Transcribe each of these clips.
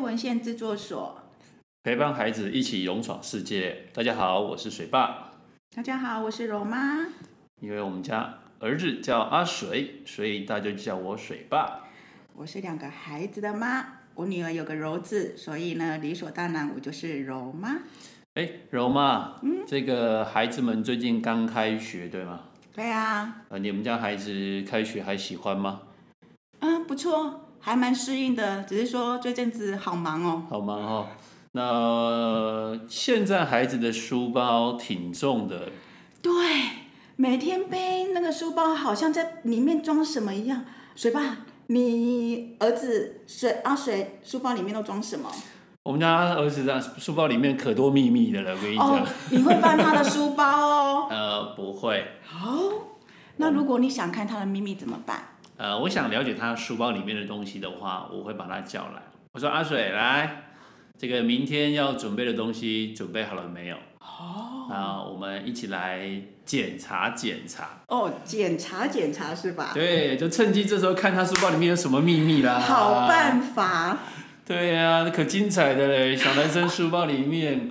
文献制作所。陪伴孩子一起勇闯世界。大家好，我是水爸。大家好，我是柔妈。因为我们家儿子叫阿水，所以大家就叫我水爸。我是两个孩子的妈，我女儿有个柔字，所以呢，理所当然我就是柔妈。哎，柔妈，嗯这个孩子们最近刚开学，对吗？对啊，呃，你们家孩子开学还喜欢吗？嗯，不错，还蛮适应的，只是说这阵子好忙哦。好忙哦。那、呃现在孩子的书包挺重的，对，每天背那个书包，好像在里面装什么一样。水爸，你儿子水阿水书包里面都装什么？我们家儿子的书包里面可多秘密的了，我跟你讲。哦，你会翻他的书包哦。呃，不会。好，那如果你想看他的秘密怎么办？呃，我想了解他书包里面的东西的话，我会把他叫来。我说阿水来，这个明天要准备的东西准备好了没有？哦，那我们一起来检查检查。哦，检查检查是吧？对，就趁机这时候看他书包里面有什么秘密啦。好。办法，对呀、可精彩的嘞！小男生书包里面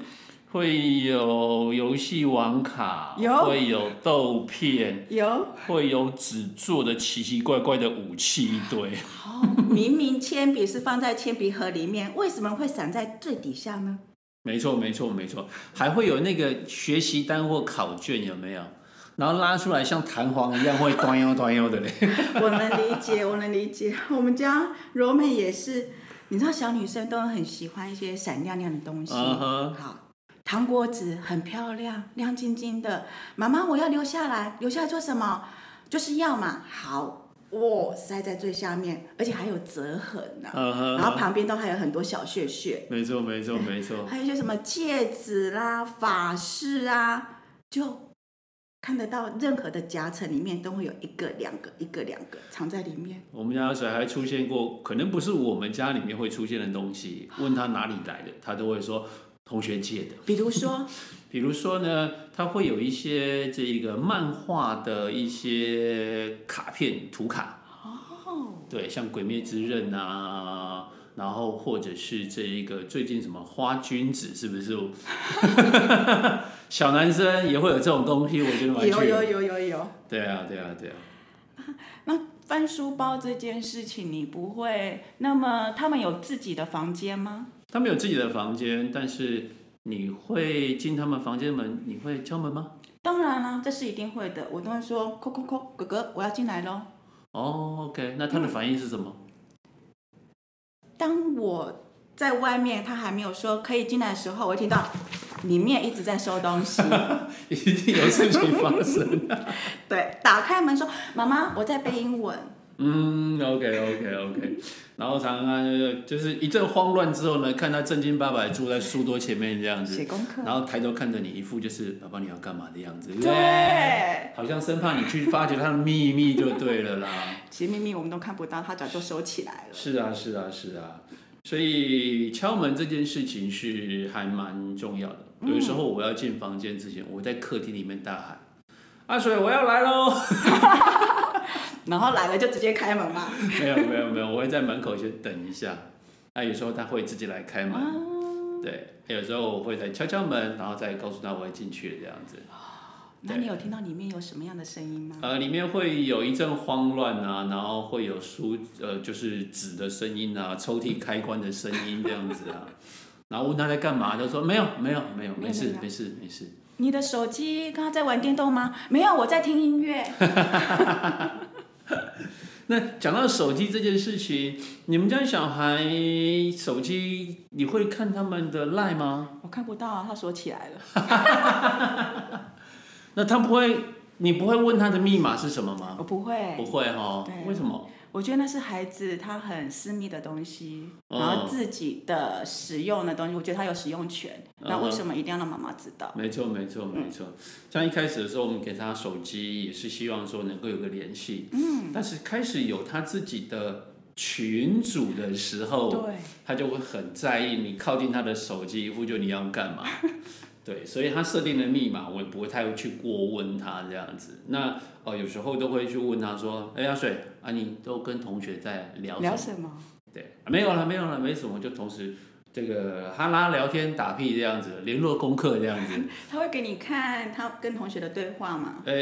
会有游戏网卡，有会有豆片，有会有纸做的奇奇怪怪的武器一堆。哦明明铅笔是放在铅笔盒里面，为什么会散在最底下呢？没错，没错，没错，还会有那个学习单或考卷有没有？然后拉出来像弹簧一样会端悠端悠的嘞。 我能理解，我能理解。我们家柔美也是，你知道小女生都很喜欢一些闪亮亮的东西。嗯哼好，糖果纸很漂亮，亮晶晶的。妈妈，我要留下来，留下来做什么？就是要嘛。好，我塞在最下面，而且还有折痕呢、 嗯哼然后旁边都还有很多小屑屑，没错，没错，没 错。还有一些什么戒指啦、发饰啊，就。看得到任何的夹层里面都会有一个、两个、一个、两个藏在里面。我们家的水还出现过，可能不是我们家里面会出现的东西。问他哪里来的，他都会说同学借的。比如说，比如说呢，他会有一些这个漫画的一些卡片图卡，哦，对，像《鬼灭之刃》啊，然后或者是这一个最近什么花君子，是不是？小男生也会有这种东西，我觉得蛮有趣有的。有有有。对啊，对啊，对啊。那翻书包这件事情，你不会？那么他们有自己的房间吗？他们有自己的房间，但是你会进他们房间门，你会敲门吗？当然啦、这是一定会的。我都会说，扣扣扣，哥哥，我要进来喽。哦、o k 那他的反应是什么？ 当我在外面，他还没有说可以进来的时候，我会听到里面一直在收东西。一定有事情发生。对，打开门说，妈妈，我在背英文。嗯，OK，OK，OK。然后常常就是就是一阵慌乱之后呢，看他正经八百地坐在书桌前面这样 子，写功课然后抬头看着你，一副就是爸爸你要干嘛的样子，不对，好像生怕你去发掘他的秘密就对了啦。 其实秘密我们都看不到，他早就收起来了。是啊，是啊，是啊。所以敲门这件事情是还蛮重要的。有的时候我要进房间之前，我在客厅里面大喊：“阿水，我要来喽！”然后来了就直接开门嘛。 没有没有没有，我会在门口先等一下。那有时候他会自己来开门，对。有时候我会再敲敲门，然后再告诉他我会进去这样子。那你有听到里面有什么样的声音吗？呃，里面会有一阵慌乱啊，然后会有书呃就是纸的声音啊，抽屉开关的声音这样子啊。然后问他在干嘛，他说没有没有没有，没事没事没事。你的手机刚刚在玩电动吗？没有，我在听音乐。那讲到手机这件事情，你们家小孩手机你会看他们的赖吗？我看不到啊，他锁起来了。那他不会，你不会问他的密码是什么吗？我不会不，会哈对，为什么？我觉得那是孩子他很私密的东西，嗯然后自己的使用的东西，我觉得他有使用权。嗯那为什么一定要让妈妈知道？没错，没错，嗯没错。像一开始的时候，我们给他手机，也是希望说能够有个联系。嗯。但是开始有他自己的群组的时候，对，他就会很在意你靠近他的手机，一副就你要 干嘛。对，所以他设定的密码，我也不会太去过问他这样子。那呃，有时候都会去问他说：“哎、阿水啊，你都跟同学在聊什么聊什么？对，没有了，没有了，没什么，就同时这个哈拉聊天打屁这样子，联络功课这样子。 他会给你看他跟同学的对话吗？呃，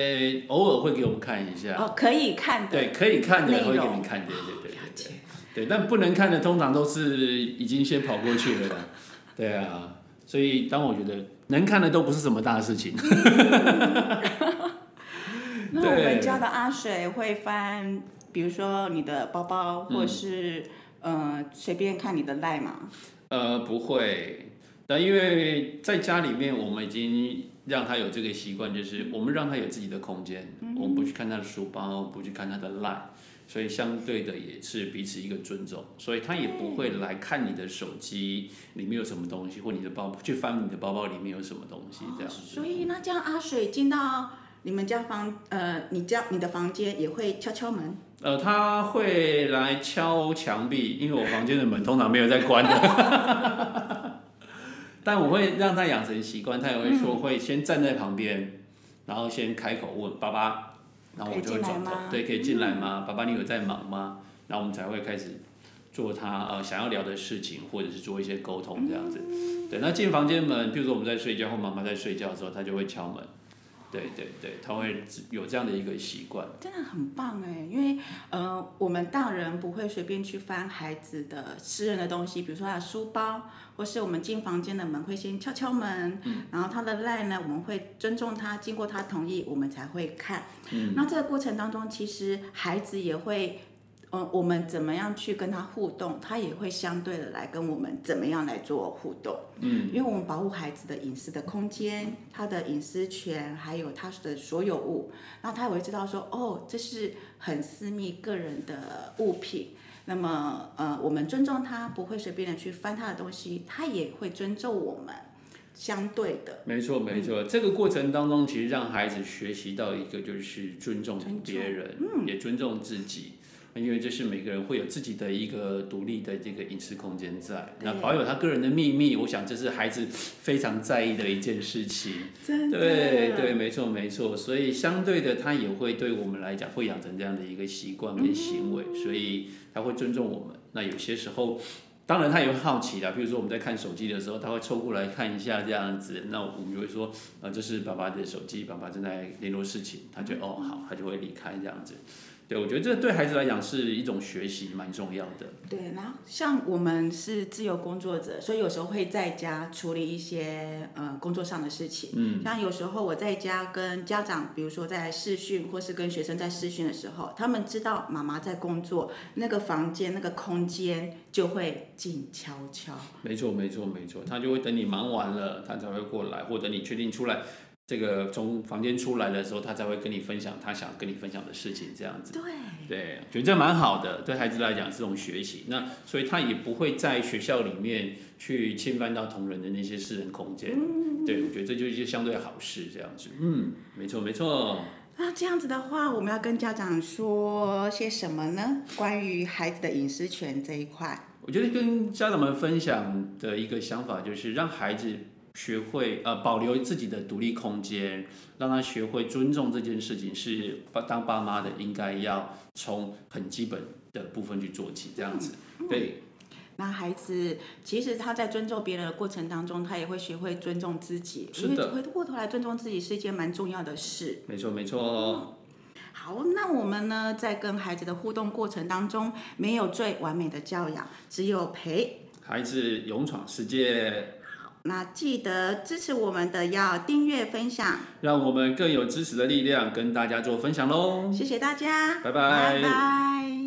偶尔会给我们看一下，哦，可以看的。对，可以看的内容会给你看，对对对了对解对，对，但不能看的通常都是已经先跑过去了啦，对啊，所以当我觉得能看的都不是什么大事情，那我对们家的阿水会翻，比如说你的包包，嗯或是、呃随便看你的赖嘛。呃，不会，那因为在家里面我们已经让他有这个习惯，就是我们让他有自己的空间，我们不去看他的书包，不去看他的 line。所以相对的也是彼此一个尊重，所以他也不会来看你的手机里面有什么东西，或你的包去翻你的包包里面有什么东西这样子。哦所以那这样阿水进到你们家房，呃，你家你的房间也会敲敲门。呃，他会来敲墙壁，因为我房间的门通常没有在关的。 但我会让他养成习惯，他也会嗯说会先站在旁边，然后先开口问爸爸，然后我就会转可以进来头吗，嗯对，可以进来吗？爸爸，你有在忙吗？然后我们才会开始做他呃想要聊的事情，或者是做一些沟通这样子。嗯对，那进房间门，譬如说我们在睡觉或妈妈在睡觉的时候，他就会敲门。对对对，他会有这样的一个习惯。真的很棒哎，因为呃，我们大人不会随便去翻孩子的私人的东西，比如说他的书包，或是我们进房间的门会先敲敲门，然后他的 line 呢，我们会尊重他，经过他同意，我们才会看。嗯那这个过程当中，其实孩子也会。嗯，我们怎么样去跟他互动，他也会相对的来跟我们怎么样来做互动。嗯，因为我们保护孩子的隐私的空间、他的隐私权，还有他的所有物，然后他也会知道说，哦，这是很私密个人的物品。那么，呃，我们尊重他，不会随便的去翻他的东西，他也会尊重我们。相对的，没错，没错。这个过程当中，其实让孩子学习到一个就是尊重尊重别人，也尊重自己，因为这是每个人会有自己的一个独立的这个隐私空间在，对那保有他个人的秘密，我想这是孩子非常在意的一件事情。真的，对对，没错没错，所以相对的，他也会对我们来讲会养成这样的一个习惯跟行嗯为，所以他会尊重我们。那有些时候，当然他也会好奇啦，比如说我们在看手机的时候，他会凑过来看一下这样子，那我们就会说，呃，这是爸爸的手机，爸爸正在联络事情，他就哦好，他就会离开这样子。对，我觉得这对孩子来讲是一种学习，蛮重要的。对，然后像我们是自由工作者，所以有时候会在家处理一些呃工作上的事情。嗯，像有时候我在家跟家长，比如说在视讯或是跟学生在视讯的时候，他们知道妈妈在工作，那个房间那个空间就会静悄悄。没错，没错，没错，他就会等你忙完了，他才会过来，或者你确定出来这个从房间出来的时候，他才会跟你分享他想跟你分享的事情，这样子。对，对，觉得这蛮好的，对孩子来讲是种学习。那所以他也不会在学校里面去侵犯到同仁的那些私人空间。对，我觉得这就是一件相对好事，这样子。嗯，没错，没错。那这样子的话，我们要跟家长说些什么呢？关于孩子的隐私权这一块，我觉得跟家长们分享的一个想法就是，让孩子学会呃保留自己的独立空间，让他学会尊重这件事情是爸当爸妈的应该要从很基本的部分去做起，这样子。对，那孩子其实他在尊重别人的过程当中，他也会学会尊重自己，是因为的回过头来尊重自己是一件蛮重要的事。没错没错，好，那我们呢，在跟孩子的互动过程当中，没有最完美的教养，只有陪。孩子勇闯世界，那记得支持我们的要订阅分享，让我们更有支持的力量跟大家做分享喽。谢谢大家，拜拜拜拜